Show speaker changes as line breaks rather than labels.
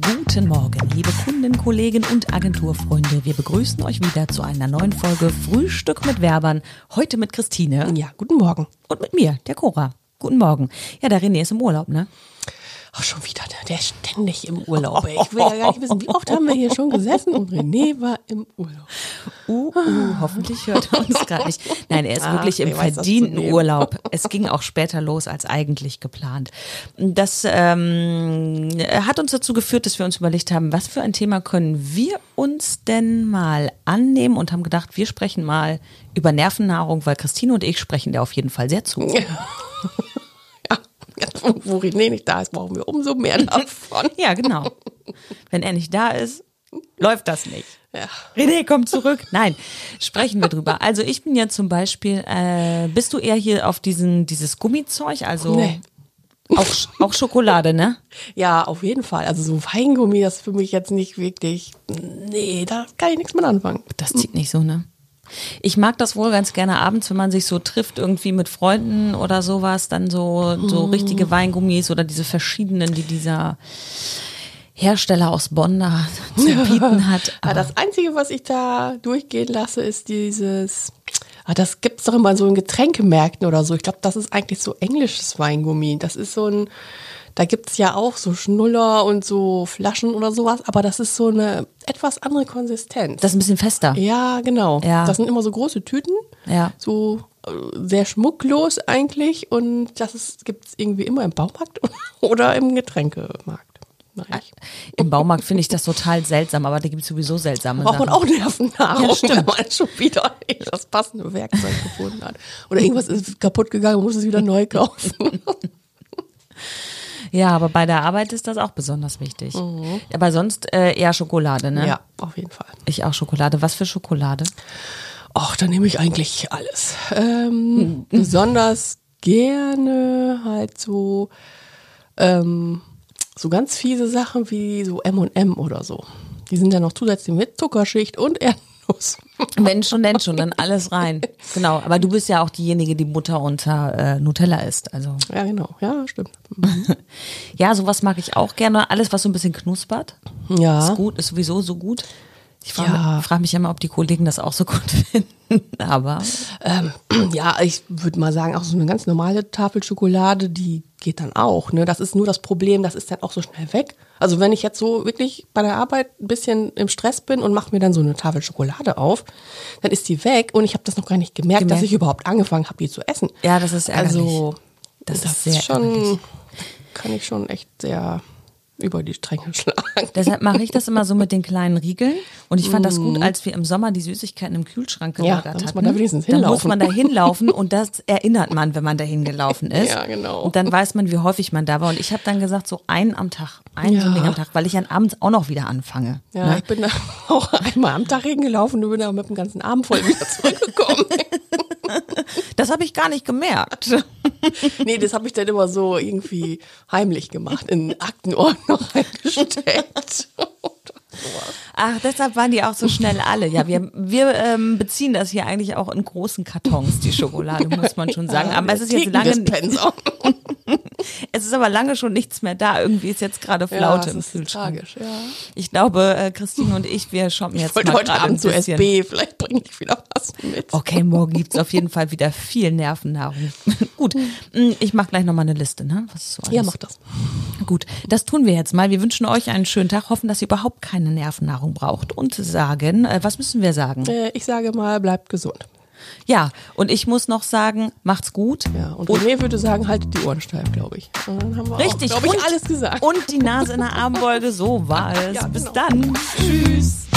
Guten Morgen, liebe Kunden, Kollegen und Agenturfreunde. Wir begrüßen euch wieder zu einer neuen Folge Frühstück mit Werbern. Heute mit Christine
Ja, guten Morgen.
und mit mir, der Cora. Guten Morgen. Ja, der René ist im Urlaub, ne?
Ach, schon wieder, der, der ist ständig im Urlaub. Ey. Ich will ja gar nicht wissen, wie oft haben wir hier schon gesessen und René war im Urlaub.
Uh, uh, hoffentlich hört er uns gerade nicht. Nein, er ist
Ach,
wirklich im
wer weiß das zu
verdienten
nehmen.
Urlaub. Es ging auch später los als eigentlich geplant. Das ähm, hat uns dazu geführt, dass wir uns überlegt haben, was für ein Thema können wir uns denn mal annehmen und haben gedacht, wir sprechen mal über Nervennahrung, weil Christine und ich sprechen da auf jeden Fall sehr zu.
Ja, jetzt, wo- wo René nicht da ist, brauchen wir umso mehr davon.
Ja, genau. Wenn er nicht da ist, läuft das nicht.
Ja.
René, komm zurück. Nein, sprechen wir drüber. Also ich bin ja zum Beispiel, äh, bist du eher hier auf diesen, dieses Gummizeug, also
Nee.
auch, Sch- auch Schokolade, ne?
ja, auf jeden Fall. Also so Weingummi, das ist für mich jetzt nicht wirklich, nee, da kann ich nichts mit anfangen.
Das zieht nicht so, ne? Ich mag das wohl ganz gerne abends, wenn man sich so trifft, irgendwie mit Freunden oder sowas, dann so,
Hm.
so richtige Weingummis oder diese verschiedenen, die dieser Hersteller aus Bonn da zu bieten hat.
Ja, Ah, das Einzige, was ich da durchgehen lasse, ist dieses. Ah, das gibt's doch immer so in Getränkemärkten oder so. Ich glaube, das ist eigentlich so englisches Weingummi. Das ist so ein. Da gibt's ja auch so Schnuller und so Flaschen oder sowas, aber das ist so eine etwas andere Konsistenz.
Das ist ein bisschen fester.
ja, genau.
Ja.
Das sind immer so große Tüten.
Ja.
So äh, sehr schmucklos eigentlich. Und das ist, gibt's irgendwie immer im Baumarkt oder im Getränkemarkt.
Ah,
Nein.
Im Baumarkt finde ich das total seltsam, aber da gibt es sowieso seltsame
braucht man
Sachen.
auch Nervennahrung,
Ja, stimmt.
wenn man schon wieder nicht das passende Werkzeug gefunden hat. Oder irgendwas ist kaputt gegangen, muss es wieder neu kaufen.
Ja, aber bei der Arbeit ist das auch besonders wichtig. Aber sonst äh, eher Schokolade, ne?
Mhm. ja, auf jeden Fall.
Ich auch Schokolade. Was für Schokolade?
Ach, da nehme ich eigentlich alles. Ähm, besonders gerne halt so, ähm, so ganz fiese Sachen wie so M&M oder so. Die sind dann noch zusätzlich mit Zuckerschicht und Erdnuss.
Wenn schon, denn schon, dann alles rein. Genau, aber du bist ja auch diejenige, die Mutter unter äh, Nutella isst. Also
Ja, genau. Ja, stimmt. Mhm.
ja, sowas mag ich auch gerne. Alles, was so ein bisschen knuspert,
Ja.
ist gut, ist sowieso so gut. Ich frage
Ja.
mich, frag mich immer, ob die Kollegen das auch so gut finden. Aber
Ähm, ja, ich würde mal sagen, auch so eine ganz normale Tafel Schokolade, die geht dann auch. Ne? Das ist nur das Problem, das ist dann auch so schnell weg. Also wenn ich jetzt so wirklich bei der Arbeit ein bisschen im Stress bin und mache mir dann so eine Tafel Schokolade auf, dann ist die weg und ich habe das noch gar nicht gemerkt,
Gemerkt.
dass ich überhaupt angefangen habe, die zu essen.
Ja, das ist ärgerlich.
Also
Das
das,
ist
ist,
sehr
schon,
ärgerlich.
kann ich schon echt sehr über die Stränge schlagen.
Deshalb mache ich das immer so mit den kleinen Riegeln. Und ich fand das gut, als wir im Sommer die Süßigkeiten im Kühlschrank
Mhm. Ja,
gelagert
da muss
hatten.
man da wenigstens
Dann muss
hinlaufen.
man da hinlaufen und das erinnert man, wenn man da hingelaufen ist.
Ja, genau.
Und dann weiß man, wie häufig man da war. Und ich habe dann gesagt, so einen am Tag, einen
Ja.
so ein Ding am Tag, weil ich dann abends auch noch wieder anfange. ne?
Ja, ich bin da auch einmal am Tag hingelaufen und bin da mit dem ganzen Arm voll wieder zurückgekommen.
Das habe ich gar nicht gemerkt.
Nee, das habe ich dann immer so irgendwie heimlich gemacht, in Aktenordnung reingesteckt.
Ach, deshalb waren die auch so schnell alle. Ja, wir, wir ähm, beziehen das hier eigentlich auch in großen Kartons, die Schokolade, muss man schon sagen. Aber es ist jetzt lange nicht,
Dispenser.
es ist aber lange schon nichts mehr da. Irgendwie ist jetzt gerade Flaute im
ist
Kühlschrank.
tragisch, ja. Ich
Ich glaube, äh, Christine und ich, wir shoppen jetzt
wollte
mal
heute
gerade
Abend zu
ein bisschen.
SB, vielleicht bringe ich wieder was mit.
Okay, morgen gibt's auf jeden Fall wieder viel Nervennahrung. Gut, mm, ich mache gleich nochmal eine Liste, ne? Was ist so alles?
Ja, mach das.
Gut, das tun wir jetzt mal. Wir wünschen euch einen schönen Tag, hoffen, dass ihr überhaupt keine Nervennahrung braucht und sagen, äh, was müssen wir sagen?
Äh, Ich sage mal, bleibt gesund.
Ja, und ich muss noch sagen, macht's gut.
Ja, und René würde sagen, haltet die Ohren steif, glaube ich. Und dann haben wir
Richtig,
auch, glaube ich,
und-
alles gesagt.
Und die Nase in der Armbeuge, so war es.
Ja,
Bis
genau.
dann. Tschüss.